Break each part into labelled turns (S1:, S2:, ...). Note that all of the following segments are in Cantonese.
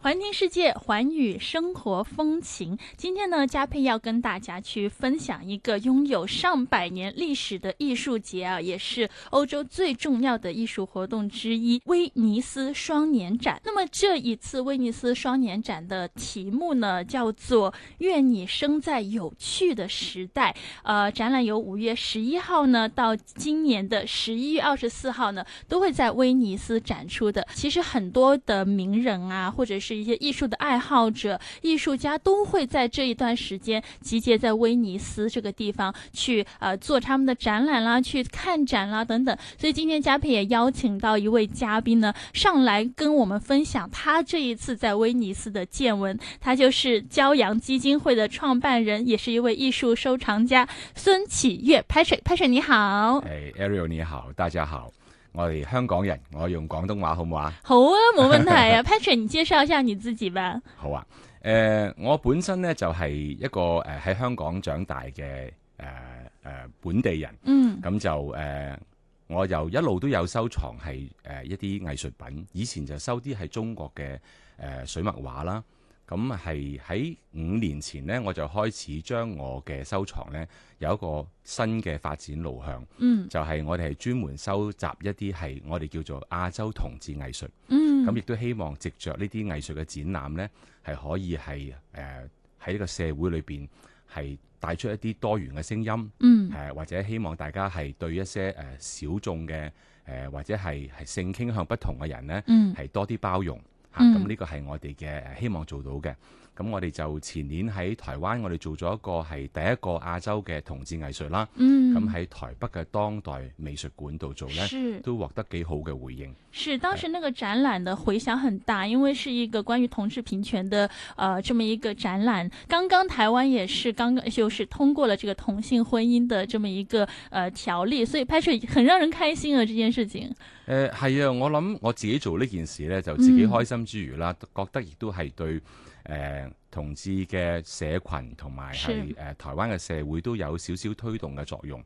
S1: 环听世界，环宇生活风情。今天呢，佳佩要跟大家去分享一个拥有上百年历史的艺术节啊，也是欧洲最重要的艺术活动之一——威尼斯双年展。那么这一次威尼斯双年展的题目呢，叫做“愿你生在有趣的时代”。呃，展览由五月十一号呢到今年的十一月二十四号呢，都会在威尼斯展出的。其实很多的名人啊，或者是一些艺术的爱好者、艺术家，都会在这一段时间集结在威尼斯这个地方去呃做他们的展览啦、去看展啦等等。所以今天佳佩也邀请到一位嘉宾呢，上来跟我们分享他这一次在威尼斯的见闻。他就是骄阳基金会的创办人，也是一位艺术收藏家孙启月 Patrick，Patrick 你好。
S2: 诶 a r i e l 你好，大家好，我哋香港人，我用廣東話好唔好啊？
S1: 好啊，冇问题 啊，Patrick，你介绍一下你自己吧。
S2: 好啊，诶、我本身呢就係一個诶喺香港長大嘅诶诶本地人，
S1: 嗯
S2: 咁就诶、呃我又一路都有收藏係诶、呃一啲藝術品，以前就收啲係中國嘅诶、呃水墨畫啦。咁係喺五年前呢，我就開始將我嘅收藏呢有一個新嘅發展路向。
S1: 嗯
S2: 就係我哋係專門收集一啲係我哋叫做亞洲同志藝術，
S1: 嗯，
S2: 咁亦都希望藉着呢啲藝術嘅展覽呢，係可以係誒喺呢個社會裏邊係帶出一啲多元嘅聲音，誒、
S1: 嗯
S2: 或者希望大家係對一些誒、呃小眾嘅誒、呃或者係係性傾向不同嘅人呢，
S1: 嗯
S2: 係多啲包容嚇。
S1: 嗯
S2: 咁呢個係我哋嘅呃希望做到嘅。咁我哋就前年喺台灣，我哋做咗一個係第一個亞洲嘅同志藝術啦。
S1: 嗯，
S2: 咁喺台北嘅當代美術館度做呢，
S1: 是
S2: 都獲得幾好嘅回應。
S1: 是，当时那个展览的回响很大，因为是一个关于同志平权的呃这么一个展览。刚刚台湾也是刚刚就是通过了这个同性婚姻的这么一个呃条例，所以 Patrick 很让人开心啊这件事情。
S2: 誒係啊，我諗我自己做呢件事呢，就自己
S1: 嗯
S2: 開心之餘啦，覺得亦都係對誒、呃同志嘅社群同埋係
S1: 是
S2: 誒台灣嘅社會都有少少推動嘅作用。誒、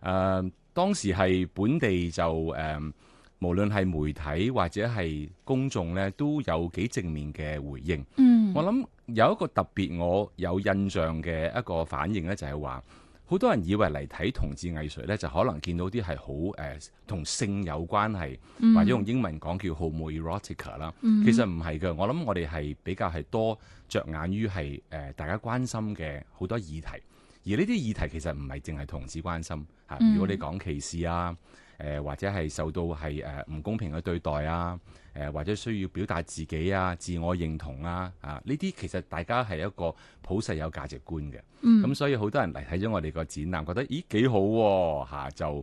S2: 呃當時係本地就誒、呃，無論係媒體或者係公眾呢，都有幾正面嘅回應。
S1: 嗯
S2: 我諗有一個特別我有印象嘅一個反應呢，就係話好多人以為嚟睇同志藝術呢，就可能見到啲係好誒同性有關係，
S1: 嗯
S2: 或者用英文講叫 homoerotica 啦。
S1: 嗯
S2: 其實唔係嘅，我諗我哋係比較係多着眼於係誒大家關心嘅好多議題，而呢啲議題其實唔係淨係同志關心嚇。
S1: 嗯
S2: 如果你講歧視啊，誒、或者係受到係誒唔公平嘅對待啊，誒、或者需要表達自己啊、自我認同啊，啊呢啲其實大家係一個普世有價值觀嘅。
S1: 嗯
S2: 咁、所以好多人嚟睇咗我哋個展覽，覺得咦幾好喎、嚇就誒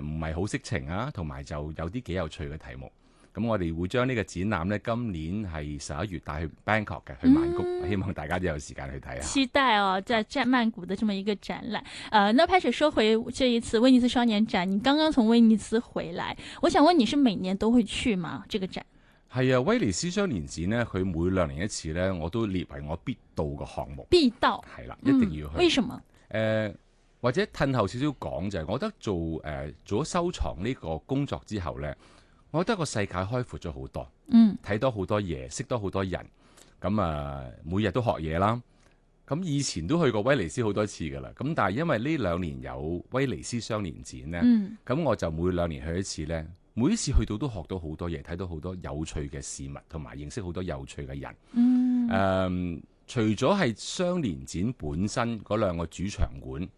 S2: 唔係好色情啊，同埋就有啲幾有趣嘅題目。咁我哋會將呢個展覽呢，今年係十一月帶去 Bangkok 嘅，去曼谷，
S1: 嗯
S2: 希望大家都有時間去睇下。
S1: 期待哦，在在曼谷的这么一个展览。呃，那 Patrick 说回这一次威尼斯双年展，你刚刚从威尼斯回来，我想问你是每年都会去吗？这个展？
S2: 係啊，威尼斯雙年展呢，佢每兩年一次呢，我都列為我必到嘅項目。
S1: 必到，
S2: 係啦，一
S1: 嗯
S2: 定要去。
S1: 为什么？
S2: 誒、或者褪後少少講就係，我覺得做誒、做咗收藏呢個工作之後呢，我覺得個世界開闊咗好多，
S1: 嗯
S2: 睇多好多嘢，識多好多人，咁啊、每日都學嘢啦。咁以前都去過威尼斯好多次㗎啦，咁但係因為呢兩年有威尼斯雙年展呢，
S1: 嗯
S2: 咁、我就每兩年去一次呢，每一次去到都學到好多嘢，睇到好多有趣嘅事物，同埋認識好多有趣嘅人。
S1: 嗯
S2: 誒、呃除咗係雙年展本身嗰兩個主場館。
S1: 嗯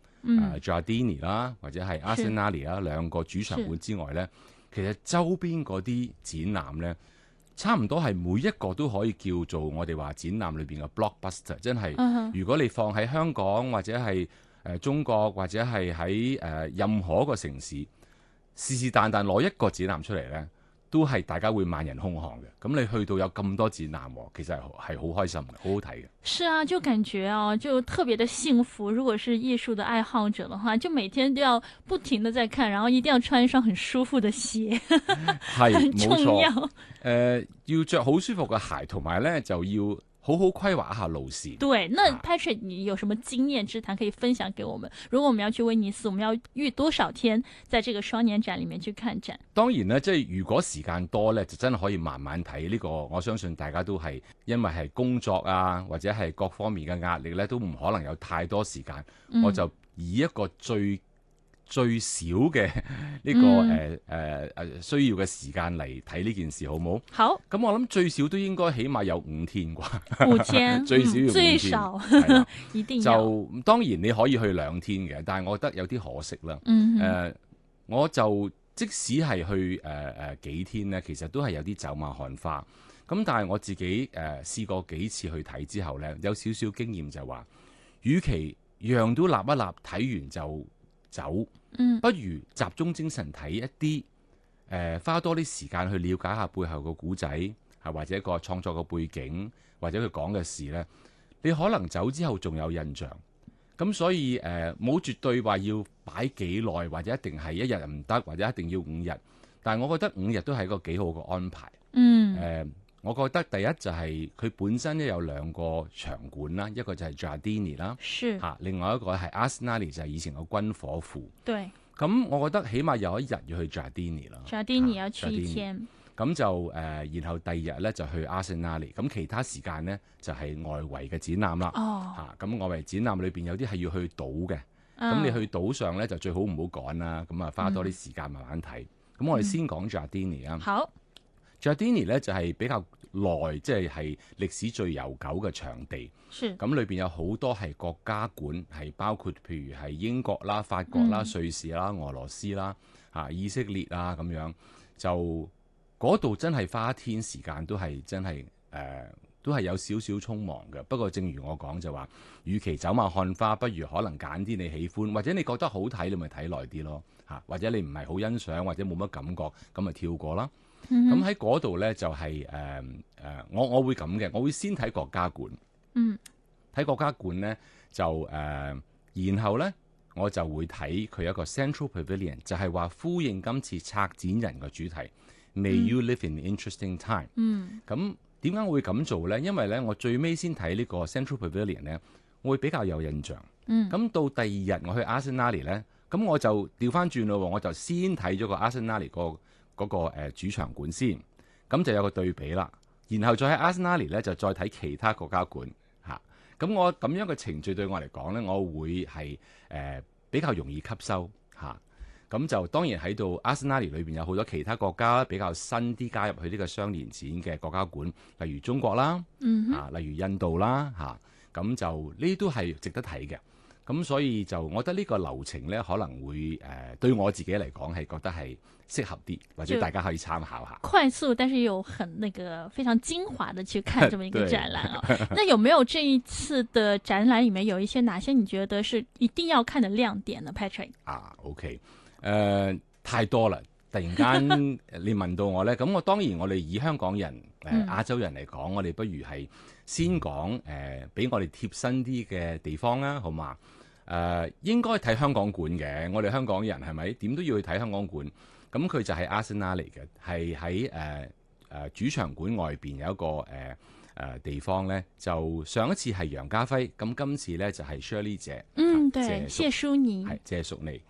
S2: 誒 Giardini 啦，或者係 Arsenali 啦兩個主場館之外呢，其實周邊嗰啲展覽呢，差唔多係每一個都可以叫做我哋話展覽裏邊嘅 blockbuster，真係、
S1: 嗯哼
S2: 如果你放喺香港或者係誒、呃中國或者係喺誒任何一個城市，是是但但攞一個展覽出嚟呢，都係大家會萬人空巷嘅。咁你去到有咁多展覽喎，其實係好係好開心嘅，好好睇 嘅。
S1: 是啊，就感觉哦，就特别的幸福。如果是艺术的爱好者的话，就每天都要不停的在看，然后一定要穿一双很舒服的鞋，
S2: 係
S1: 很
S2: 冇
S1: 重
S2: 錯。呃
S1: 要。
S2: 誒、要着好舒服嘅鞋，同埋呢就要好好規劃一下路線。
S1: 对，那
S2: 啊
S1: Patrick，你有什么经验之谈可以分享给我们？如果我们要去威尼斯，我们要预多少天在这个双年展里面去看展？
S2: 當然咧，即係如果時間多咧，就真係可以慢慢睇呢、個。我相信大家都係因為係工作啊，或者係各方面嘅壓力咧，都唔可能有太多時間。
S1: 嗯
S2: 我就以一個最 最少嘅呢、個
S1: 嗯
S2: 誒誒誒呃需要嘅時間嚟睇呢件事，好唔好？
S1: 好，
S2: 咁我諗最少都應該起碼有五天啩，
S1: 五天，
S2: 最少
S1: 嗯
S2: 要五
S1: 最
S2: 天
S1: 少
S2: 係啦
S1: 一定要，
S2: 就嗯當然你可以去兩天嘅，但係我覺得有啲可惜啦。
S1: 嗯
S2: 誒、
S1: 哼
S2: 我就即使係去誒誒、呃、幾天呢，其實都係有啲走馬看花。咁但係我自己誒、呃、試過幾次去睇之後呢，有少少經驗就話，與其樣都立一立睇完就走，
S1: 嗯
S2: 不如集中精神睇一啲誒、呃花多啲時間去了解下背後個古仔，係或者個創作個背景，或者佢講嘅事呢。你可能走之後仲有印象。咁所以誒，呃冇、絕對話要擺幾耐，或者一定係一日唔得，或者一定要五日。但係我覺得五日都係一個幾好嘅安排。誒、
S1: 嗯
S2: 我覺得第一就係佢本身咧有兩個場館啦，一個就係 Giardini 啦，
S1: 是
S2: 嚇，另外一個係 Arsenali 就係以前個軍火庫。
S1: 对
S2: 咁我覺得起碼有一日要去 Giardini 啦
S1: j a r d i n 你
S2: 啊
S1: 要去一
S2: ，Giardini
S1: 天，
S2: 咁就誒、呃然後第二日咧就去 Arsenali，咁其他時間咧就係、外圍嘅展覽啦。
S1: 哦，
S2: 嚇，咁外圍展覽裏邊有啲係要去島嘅，咁
S1: 嗯
S2: 你去島上咧就最好唔好趕啦，咁啊花多啲時間慢慢睇。咁我哋先講 Giardini 啊
S1: 好，
S2: ，Giardini 咧就係比較耐，即係係歷史最悠久嘅場地。
S1: 是
S2: 咁裏邊有好多係國家館，係包括譬如係英國啦、法國啦、
S1: 嗯
S2: 瑞士啦、俄羅斯啦、啊以色列啊咁樣，就嗰度真係花一天時間都係真係誒、呃都係有少少匆忙嘅。不過正如我講就話，與其走馬看花，不如可能揀啲你喜歡，或者你覺得好睇，你咪睇耐啲咯嚇、或者你唔係好欣賞，或者冇乜感覺，咁咪跳過啦。
S1: 嗯
S2: 咁
S1: 哼
S2: 喺嗰度呢，就係誒誒，我我會咁嘅，我會先睇國家館。
S1: 嗯
S2: 睇國家館呢，就誒、呃然後呢，我就會睇佢一個 Central Pavilion，就係話呼應今次策展人嘅主題，May you live in interesting time。
S1: 嗯
S2: 咁點解我會咁做呢？因為呢，我最尾先睇呢個 Central Pavilion 呢，我會比較有印象。
S1: 嗯
S2: 咁到第二日我去 Arsenal 呢，咁我就調翻轉咯喎，我就先睇咗個 Arsenal 個嗰個呃主場館先，咁就有個對比啦。然後再喺 Arsenal 呢，就再睇其他國家館嚇。咁、我咁樣嘅程序對我嚟講呢，我會係誒、呃比較容易吸收嚇。咁就當然喺度 Arsenal 裏邊有好多其他國家比較新啲加入去呢個雙年展嘅國家館，例如中國啦。
S1: 嗯哼
S2: 啊，例如印度啦嚇，咁、就呢啲都係值得睇嘅。咁所以就我覺得呢個流程呢，可能會誒、呃、對我自己嚟講係覺得係適合啲，或者
S1: 就
S2: 大家可以參考下。
S1: 快速，但是又很那个非常精华的去看这么一个
S2: 对
S1: 展览 啊、那有没有这一次的展览里面有一些哪些你觉得是一定要看的亮点呢，Patrick？
S2: 啊，OK，誒、太呃多啦！突然間你問到我呢，咁我當然我哋以香港人誒、呃
S1: 嗯
S2: 亞洲人嚟講，我哋不如係先講誒俾我哋貼身啲嘅地方啦，好嘛？誒、應該睇香港館嘅，我哋香港人係咪點都要去睇香港館？咁佢就係 Arsenal 嚟嘅，係喺誒誒主場館外邊有一個誒。呃呃地方呢，就上一次係楊家輝，咁今次呢就係 Shirley 姐，
S1: 嗯，
S2: 啊
S1: 对，
S2: 謝淑
S1: 谢淑妮，
S2: 係謝淑妮。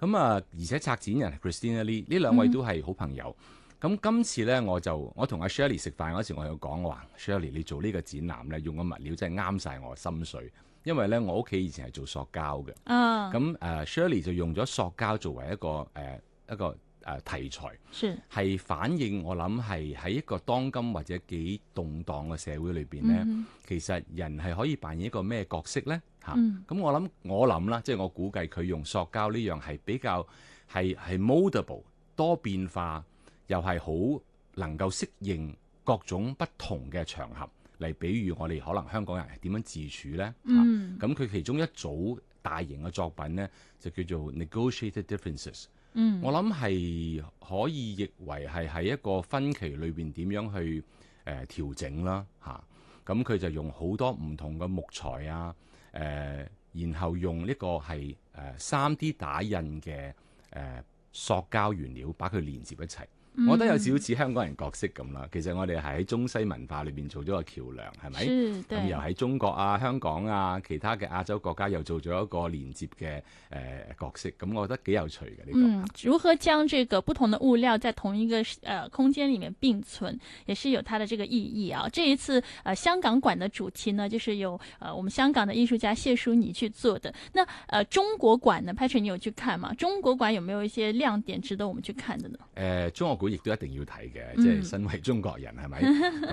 S2: 咁啊，而且策展人係 Christina Lee，呢兩位
S1: 嗯
S2: 都係好朋友。咁、今次呢，我就我同阿 Shirley 食飯嗰時，我有講我話 Shirley，你做呢個展覽呢，用嘅物料真係啱晒我心水，因為呢，我屋企以前係做塑膠嘅。
S1: 啊，
S2: 咁誒、呃 Shirley 就用咗塑膠作為一個誒、呃一個誒、呃題材。
S1: 是，
S2: 係反映我諗係喺一個當今或者幾動盪嘅社會裏邊呢，
S1: 嗯
S2: 其實人係可以扮演一個咩角色呢？嚇、
S1: 嗯
S2: 咁我諗我諗啦，即係我估計佢用塑膠呢樣係比較係係 moldable 多變化，又係好能夠適應各種不同嘅場合嚟，比喻我哋可能香港人係點樣自處呢？嚇
S1: 嗯
S2: 咁佢、其中一組大型嘅作品呢，就叫做 Negotiated Differences。
S1: 嗯
S2: 我諗係可以譯為係喺一個分歧裏邊點樣去誒、呃、調整啦嚇。咁、佢就用好多唔同嘅木材啊，誒、然後用呢個係呃誒三 D 打印嘅誒、呃塑膠原料把佢連接一齊。
S1: 嗯
S2: 我覺得有少少似香港人角色咁啦。其實我哋係喺中西文化裏邊做咗個橋梁，係咪？
S1: 是，
S2: 咁
S1: 对
S2: 又，喺中國啊、香港啊、其他嘅亞洲國家又做咗一個連接嘅誒、呃角色，咁我覺得幾有趣嘅呢、個。
S1: 嗯，如何将这个不同的物料在同一个呃空间里面并存，也是有它的这个意义啊。这一次呃香港馆的主题呢，就是由呃我们香港的艺术家谢淑妮去做的。那呃中国馆呢，Patrick 你有去看吗？中国馆有没有一些亮点值得我们去看的呢？
S2: 誒、呃中國館亦都一定要睇嘅，
S1: 嗯
S2: 即係身為中國人 係咪？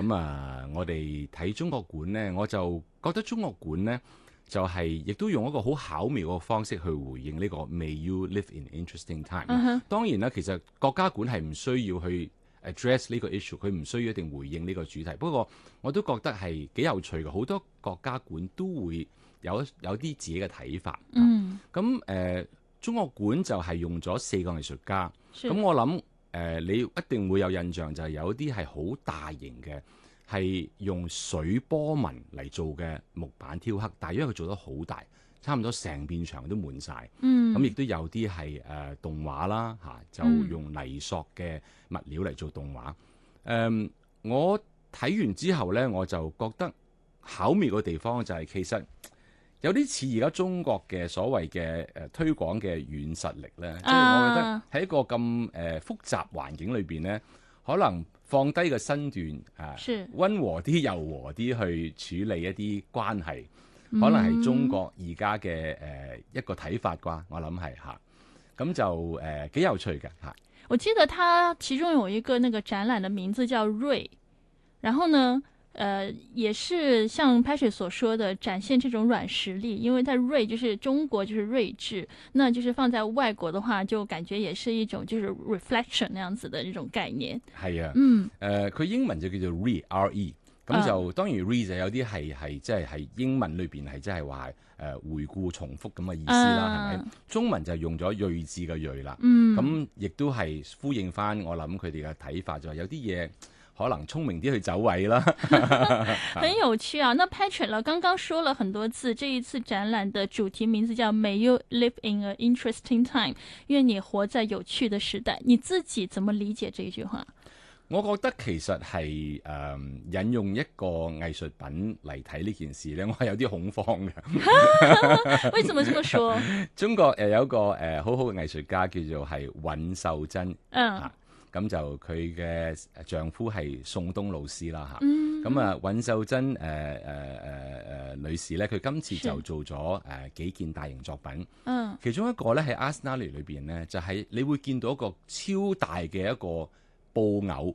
S2: 咁啊，我哋睇中國館呢，我就覺得中國館呢，就係、亦都用一個好巧妙嘅方式去回應呢個 May you live in interesting time 啦。
S1: 嗯哼，
S2: 當然啦，其實國家館係唔需要去 address 呢個 issue，佢唔需要一定回應呢個主題。不過我都覺得係幾有趣嘅，好多國家館都會有一有啲自己嘅睇法。
S1: 嗯，
S2: 咁誒、呃中國館就係用咗四個藝術家。
S1: 是，
S2: 咁我諗誒、呃你一定會有印象，就係有啲係好大型嘅，係用水波紋嚟做嘅木板雕刻，但係因為佢做得好大，差唔多成片牆都滿晒。
S1: 嗯，
S2: 咁亦都有啲係誒動畫啦嚇、就
S1: 嗯
S2: 用泥塑嘅物料嚟做動畫。誒、嗯我睇完之後呢，我就覺得巧妙嘅地方就係、其實有啲似而家中國嘅所謂嘅誒推廣嘅軟實力呢。即係、
S1: 啊
S2: 我覺得喺一個咁誒、呃複雜環境裏邊呢，可能放低個身段啊，
S1: 是
S2: 温和啲、柔和啲去處理一啲關係。
S1: 嗯
S2: 可能係中國而家嘅誒一個睇法啩，我諗係嚇。咁就誒幾、有趣嘅嚇。
S1: 我记得它其中有一个那个展览的名字叫《瑞》，然后呢，呃，也是像 Patrick 所说的，展现这种软实力，因为在瑞就是中国就是睿智，那就是放在外国的话，就感觉也是一种就是 reflection 那样子的一种概念。
S2: 係啊，誒、
S1: 嗯
S2: 佢英文就叫做 re r e，咁
S1: 啊
S2: 就、當然 re 就有啲係係即係係英文裏邊係即係話誒回顧重複咁嘅意思啦，係咪、
S1: 啊
S2: 中文就用咗睿智嘅睿啦，
S1: 嗯，
S2: 咁亦都係呼應翻我諗佢哋嘅睇法，就係、有啲嘢可能聰明啲去走位啦。
S1: 很有趣啊。那 Patrick 呢，刚刚说了很多次，这一次展览的主题名字叫 “May you live in an interesting time”，愿你活在有趣的时代。你自己怎么理解这一句话？
S2: 我覺得其實係誒、嗯引用一個藝術品嚟睇呢件事呢，我係有啲恐慌嘅。
S1: 为什么这么说？
S2: 中國誒、呃有一個誒、呃好好嘅藝術家叫做係尹秀珍，
S1: 嗯
S2: 咁就佢嘅丈夫係宋東老師啦嚇。
S1: 嗯
S2: 咁啊，尹秀珍誒誒誒誒女士呢，佢今次就做咗誒、呃、幾件大型作品，
S1: 嗯
S2: 其中一個呢，喺 Arsenal 裏邊呢，就係、你會見到一個超大嘅一個布偶。誒、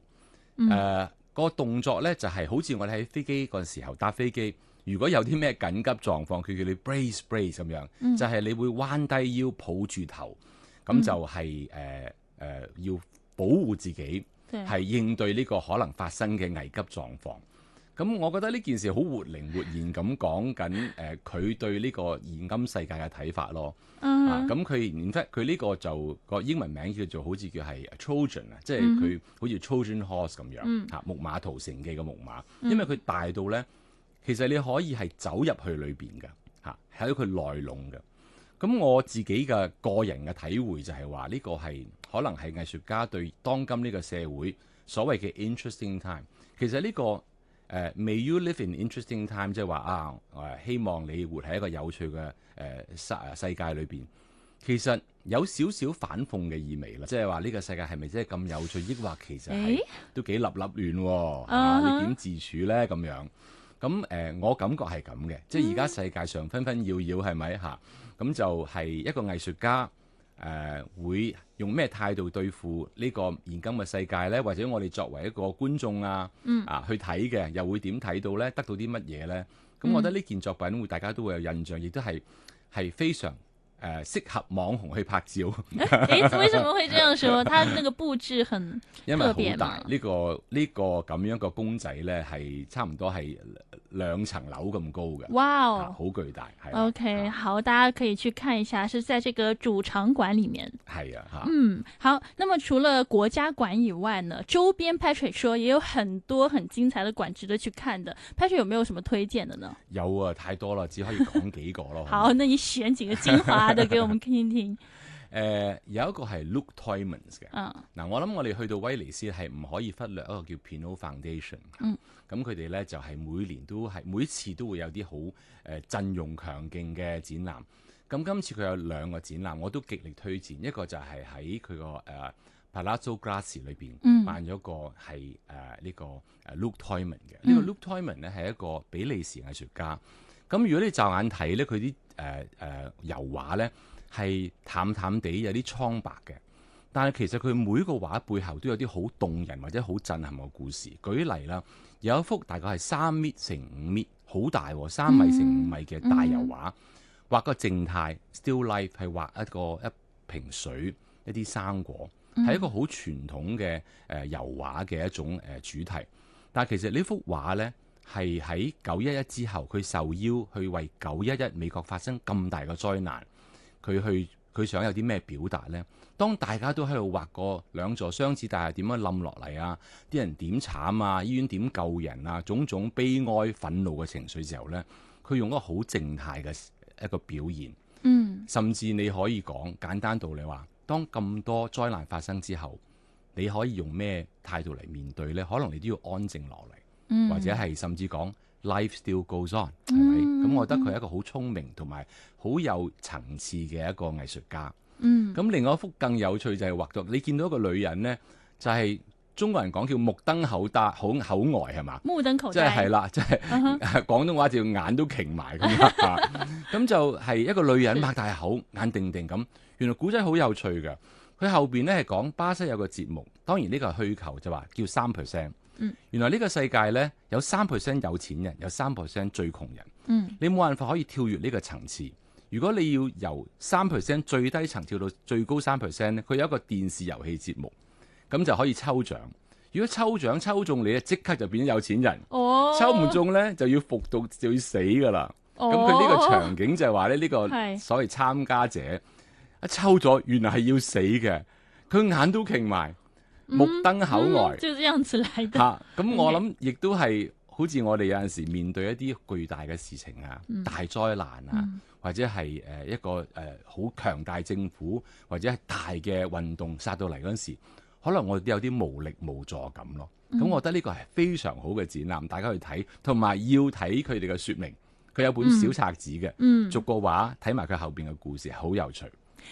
S1: 嗯
S2: 個動作呢，就係、好似我哋喺飛機嗰陣時候搭飛機，如果有啲咩緊急狀況，佢叫你 brace brace 咁樣，
S1: 嗯
S2: 就係你會彎低腰抱住頭，咁就係誒誒要保護自己，
S1: 对，
S2: 係應對呢個可能發生嘅危急狀況。咁我覺得呢件事好活靈活現咁講緊誒佢對呢個現今世界嘅睇法咯。啊，
S1: 嗯
S2: 咁佢 in fact 佢呢個就個英文名叫做好似叫係 Trojan 啊，即係
S1: 嗯哼
S2: 佢好似 Trojan horse 咁樣
S1: 嗯
S2: 嚇、木馬屠城記嘅木馬，因為佢大到咧，其實你可以係走入去裏邊嘅嚇，喺佢內籠嘅。咁我自己嘅個人嘅體會就係話，呢個係可能係藝術家對當今呢個社會所謂嘅 interesting time。其實呢、個誒、呃 may you live in interesting time，即係話啊誒、希望你活喺一個有趣嘅誒世世界裏邊。其實有少少反諷嘅意味啦，即係話呢個世界係咪真係咁有趣，抑或其實係
S1: 誒
S2: 都幾立立亂喎、
S1: 啊
S2: 啊
S1: 哈
S2: 你點自處呢？咁樣咁誒、呃我感覺係咁嘅，
S1: 嗯
S2: 即係而家世界上紛紛擾擾係咪嚇？咁就係一個藝術家誒、呃、會用咩態度對付呢個現今嘅世界呢？或者我哋作為一個觀眾啊，
S1: 嗯
S2: 啊去睇嘅，又會點睇到呢？得到啲乜嘢呢？
S1: 嗯
S2: 咁我覺得呢件作品會大家都會有印象，亦都係係非常誒、呃、適合網紅去拍照。
S1: 诶，为什么会这样说？它那个布置 很
S2: 因為
S1: 特別
S2: 好大
S1: 嘛
S2: 呢、個呢、個咁樣個公仔呢，係差唔多係兩層樓咁高嘅，
S1: 哇
S2: 啊
S1: 哦。
S2: 好、巨大，啊係啦
S1: OK，好，大家可以去看一下，是在这个主场馆里面。
S2: 係啊嚇。
S1: 嗯，好。那么除了国家馆以外呢，周边 Patrick 说也有很多很精彩的馆值得去看的。Patrick 有没有什么推荐的呢？
S2: 有啊，太多啦，只可以講幾個咯。
S1: 好，那你选几个精华的给我们听一听。
S2: 誒、有一個係 Luke Toymans 嘅。
S1: 嗯
S2: 嗱，我諗我哋去到威尼斯係唔可以忽略一個叫 Pinot Foundation
S1: 嗯
S2: 咁佢哋呢就係、每年都係每次都會有啲好誒陣容強勁嘅展覽。咁今次佢有兩個展覽，我都極力推薦。一個就係喺佢個誒 Palazzo Grassi 裏邊
S1: 嗯
S2: 辦咗個係誒呢個誒 Luke Toyman 嘅。呢、
S1: 嗯
S2: 個 Luke Toyman 呢係一個比利時藝術家。咁如果你驟眼睇呢，佢啲誒誒油畫呢係淡淡地有啲蒼白嘅。但係其實佢每個畫背後都有啲好動人或者好震撼嘅故事。舉例啦，有一幅大概係三米乘五米，好大喎，三米乘五米嘅大油畫，畫個靜態 still life 係畫一個一瓶水、一啲生果，係一個好傳統嘅誒、呃油畫嘅一種誒、呃主題。但係其實呢幅畫呢，係喺九一一之後，佢受邀去為九一一美國發生咁大嘅災難，佢去佢想有啲咩表達呢？當大家都喺度畫過兩座雙子大廈點樣冧落嚟啊，啲人點慘啊，醫院點救人啊，種種悲哀、憤怒嘅情緒時候呢，佢用一個好靜態嘅一個表現。
S1: 嗯
S2: 甚至你可以講簡單道理話，當咁多災難發生之後，你可以用咩態度嚟面對呢？可能你都要安靜落嚟，
S1: 嗯，
S2: 或者係甚至講 life still goes on，係咪？咁我
S1: 嗯
S2: 覺得佢係一個好聰明同埋好有層次嘅一個藝術家。
S1: 嗯
S2: 咁另外一幅更有趣就係畫到你見到一個女人呢，就係、中國人講叫目瞪口呆、口口呆係嘛？
S1: 目瞪口
S2: 即係係
S1: 呆，
S2: 啦，即係
S1: 嗯哼
S2: 廣東話就要眼都擎埋 咁啦啊咁就係一個女人擘大口，眼定定咁。原來古仔好有趣㗎。佢後邊呢係講巴西有個節目，當然呢個係虛構，就話叫三 percent。
S1: 嗯
S2: 原來呢個世界呢，有三 percent 有錢人，有三 percent 最窮人。
S1: 嗯
S2: 你冇辦法可以跳越呢個層次。如果你要由三 percent 最低層跳到最高三 percent 咧，佢有一個電視遊戲節目，咁就可以抽獎。如果抽獎抽中你咧，即刻就變咗有錢人。
S1: 哦，
S2: 抽唔中呢，就要服到就要死噶啦。
S1: 哦，
S2: 咁佢呢個場景就係話咧，呢、個
S1: 係
S2: 所謂參加者一抽咗，原來係要死嘅，佢眼都擎埋，目瞪口
S1: 嗯
S2: 呆
S1: 就這樣子來 的，
S2: 嚇。啊咁、我諗亦都係好似我哋有陣時面對一啲巨大嘅事情啊、大災難啊，或者係誒一個誒呃好強大政府或者係大嘅運動殺到嚟嗰陣時，可能我哋都有啲無力無助感咯。咁我覺得呢個係非常好嘅展覽，大家去睇，同埋要睇佢哋嘅說明。佢有本小冊子嘅，
S1: 嗯。
S2: 逐個畫睇埋佢後邊嘅故事，好有趣。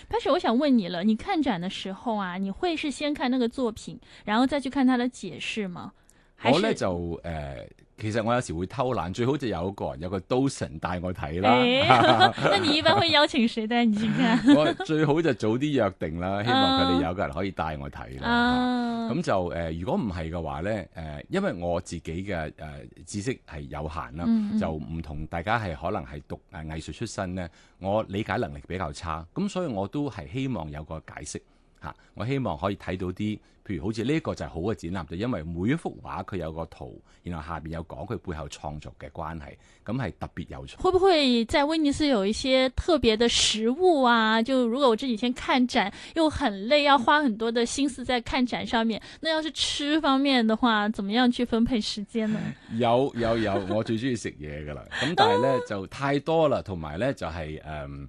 S1: 但是我想問你了，你看展的時候啊，你會是先看那個作品，然後再去看它的解釋嗎？還
S2: 我
S1: 是
S2: 呢就誒、呃其實我有時會偷懶，最好就有一個人有個 Dawson 帶我睇啦。
S1: 哎， 那你一般會邀請誰帶你去看？
S2: 我最好就早啲約定啦，希望佢哋有個人可以帶我睇啦。
S1: 啊，
S2: 咁就誒、呃如果唔係嘅話呢，誒、因為我自己嘅誒、呃知識係有限啦，
S1: 嗯嗯
S2: 就唔同大家係可能係讀誒藝術出身呢，我理解能力比較差，咁所以我都係希望有個解釋嚇、我希望可以睇到啲，譬如好似呢一個就係好嘅展覽，就因為每一幅畫佢有個圖，然後下邊有講佢背後創作嘅關係，咁係特別有趣。
S1: 會不會在威尼斯有一些特別的食物啊？就如果我这幾天看展又很累，要花很多的心思在看展上面，那要是吃方面的話，怎麼樣去分配時間 呢？
S2: 有有有，我最中意食嘢噶啦。咁但係
S1: 啊
S2: 呢，就太多啦，同埋呢，就係、嗯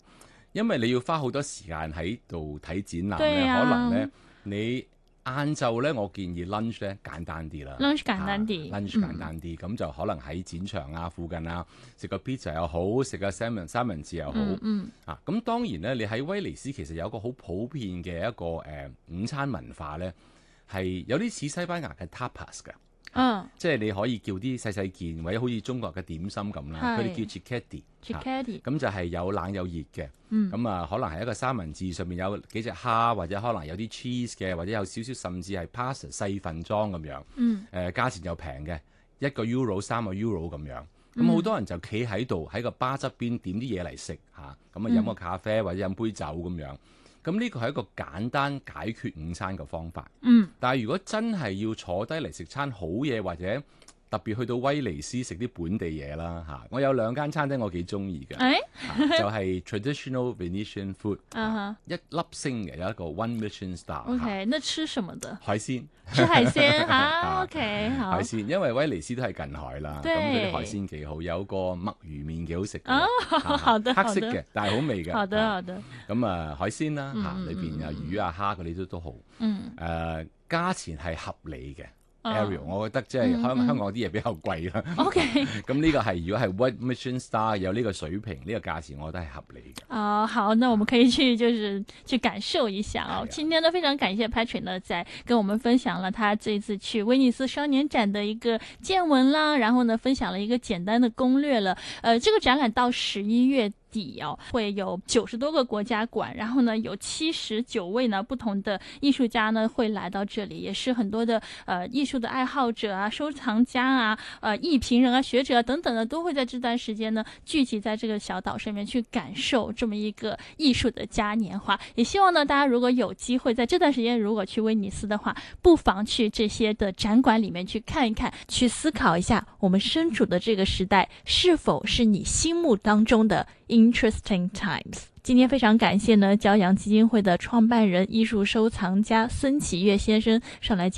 S2: 因為你要花好多時間喺度睇展覽
S1: 對
S2: 呢，
S1: 啊
S2: 可能呢，你晏晝呢，我建議 lunch 呢簡單啲啦。
S1: lunch 簡單啲嗯
S2: 啊 lunch 簡單啲，咁、就可能喺展場啊附近啊，食個 pizza 又好，食個三文三文治又好。
S1: 嗯嗯
S2: 啊，咁當然咧，你喺威尼斯其實有一個好普遍嘅一個誒、呃午餐文化呢，係有啲似西班牙嘅 tapas 嘅。
S1: 嗯
S2: 即係你可以叫啲細細件，或者好似中國嘅點心咁啦，
S1: 係
S2: 佢哋叫 chickadee，
S1: c h i
S2: 啊
S1: c a d i
S2: 咁就係有冷有熱嘅。
S1: 嗯
S2: 咁啊，可能係一個三文治，上面有幾隻蝦，或者可能有啲 cheese 嘅，或者有少少甚至係 pasta 細份裝咁樣。
S1: 嗯
S2: 誒、價錢又平嘅，一個 euro 三個 euro 咁樣。
S1: 嗯
S2: 咁好多人就企喺度喺個巴側邊點啲嘢嚟食嚇，咁啊飲
S1: 嗯
S2: 個咖啡或者飲杯酒咁樣。咁呢個係一個簡單解決午餐嘅方法。
S1: 嗯
S2: 但係如果真係要坐低嚟食餐好嘢或者特別去到威尼斯食啲本地嘢啦嚇。我有兩間餐廳我幾中意嘅，
S1: 哎，
S2: 嚇就係 traditional Venetian food，
S1: 啊哈
S2: 一粒星嘅有一個 one Michelin star 嚇
S1: ，OK，那吃什么 的？
S2: 海鮮。
S1: 吃海 鲜啊
S2: 啊
S1: ，OK，好
S2: 海，鮮，因為威尼斯都係近海啦，咁
S1: 對
S2: 佢啲海鮮幾好，有個墨魚面幾好食嘅，
S1: 啊
S2: 嚇嚇
S1: 好的
S2: 黑色
S1: 好的
S2: 嘅，但係好味嘅。
S1: 好的
S2: 嚇
S1: 好的，
S2: 咁啊海鮮啦
S1: 嗯
S2: 嚇，
S1: 嗯
S2: 裏邊有
S1: 嗯
S2: 魚啊蝦嗰啲都都好。
S1: 嗯
S2: 誒價錢係合理嘅
S1: 哦
S2: ，Ariel，我覺得即係
S1: 嗯
S2: 香
S1: 嗯
S2: 香港啲嘢比較貴啦。
S1: ，OK，
S2: 咁呢個係如果係 What Mission Star 有呢個水平，呢個價錢我覺得係合理嘅。
S1: 啊、好，那我们可以去就是去感受一下
S2: 哎
S1: 哦
S2: 呀。
S1: 今天呢，非常感谢 Patrick 呢，在跟我们分享了他这一次去威尼斯双年展的一个见闻啦，然后呢，分享了一个简单的攻略了。呃，这个展览到十一月。底哦，会有九十多个国家馆，然后呢，有七十九位呢不同的艺术家呢会来到这里，也是很多的呃艺术的爱好者啊、收藏家啊、呃艺评人啊、学者啊等等的，都会在这段时间呢聚集在这个小岛上面去感受这么一个艺术的嘉年华。也希望呢，大家如果有机会在这段时间如果去威尼斯的话，不妨去这些的展馆里面去看一看，去思考一下我们身处的这个时代是否是你心目当中的 interesting times。今天非常感谢呢，骄阳基金会的创办人、艺术收藏家孙启月先生上来接受。